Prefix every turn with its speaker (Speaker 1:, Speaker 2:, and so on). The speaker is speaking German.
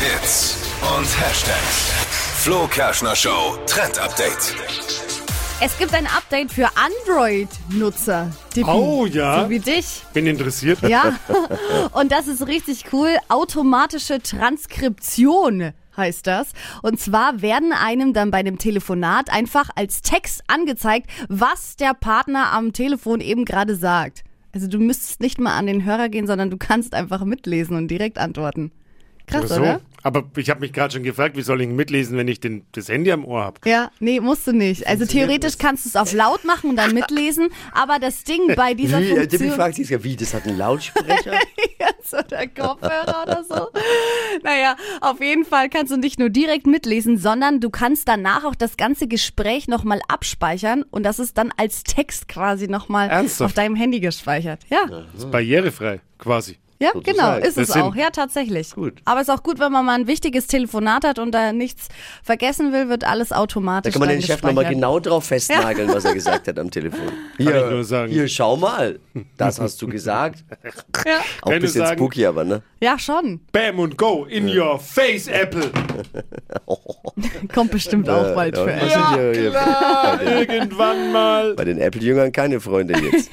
Speaker 1: Hits und Hashtags. Flo Kerschner Show Trend Update.
Speaker 2: Es gibt ein Update für Android-Nutzer. Tippi.
Speaker 3: Oh, ja.
Speaker 2: So wie dich.
Speaker 3: Bin interessiert.
Speaker 2: Ja. Und das ist richtig cool. Automatische Transkription heißt das. Und zwar werden einem dann bei einem Telefonat einfach als Text angezeigt, was der Partner am Telefon eben gerade sagt. Also du müsstest nicht mal an den Hörer gehen, sondern du kannst einfach mitlesen und direkt antworten. Krass,
Speaker 3: so.
Speaker 2: oder?
Speaker 3: Aber ich habe mich gerade schon gefragt, wie soll ich ihn mitlesen, wenn ich den, das Handy am Ohr habe?
Speaker 2: Ja, nee, musst du nicht. Also theoretisch kannst du es auf laut machen und dann mitlesen, aber das Ding bei dieser
Speaker 4: Wie, äh, Tippi
Speaker 2: Funktion...
Speaker 4: fragt sich ja, wie, das hat einen Lautsprecher?
Speaker 2: Jetzt oder Kopfhörer oder so. Naja, auf jeden Fall kannst du nicht nur direkt mitlesen, sondern du kannst danach auch das ganze Gespräch nochmal abspeichern und das ist dann als Text quasi nochmal
Speaker 3: Ernsthaft?
Speaker 2: auf deinem Handy gespeichert. Ja,
Speaker 3: Das ist
Speaker 4: Hm.
Speaker 3: barrierefrei, quasi.
Speaker 2: ja genau,
Speaker 4: Sozusagen.
Speaker 2: ist es
Speaker 3: Das sind-
Speaker 2: auch. Ja, tatsächlich.
Speaker 4: Gut.
Speaker 2: Aber es ist auch gut, wenn man mal ein wichtiges Telefonat hat und da nichts vergessen will, wird alles
Speaker 4: Da
Speaker 2: automatisch
Speaker 4: kann man
Speaker 2: dann
Speaker 4: den Chef nochmal
Speaker 2: gespeichert.
Speaker 4: genau drauf festnageln, was er gesagt hat am Telefon.
Speaker 3: ich nur sagen.
Speaker 4: hier, schau mal, das hast du gesagt.
Speaker 2: Ja.
Speaker 4: Auch ein
Speaker 3: Keine
Speaker 4: bisschen
Speaker 3: sagen.
Speaker 4: spooky, aber ne?
Speaker 2: ja, schon.
Speaker 3: Bam und go in your face, Apple.
Speaker 2: Kommt bestimmt auch bald
Speaker 4: Äh, ja,
Speaker 2: für
Speaker 4: das sind ja, hier
Speaker 3: Klar, irgendwann mal.
Speaker 4: bei den Apple-Jüngern keine Freunde jetzt.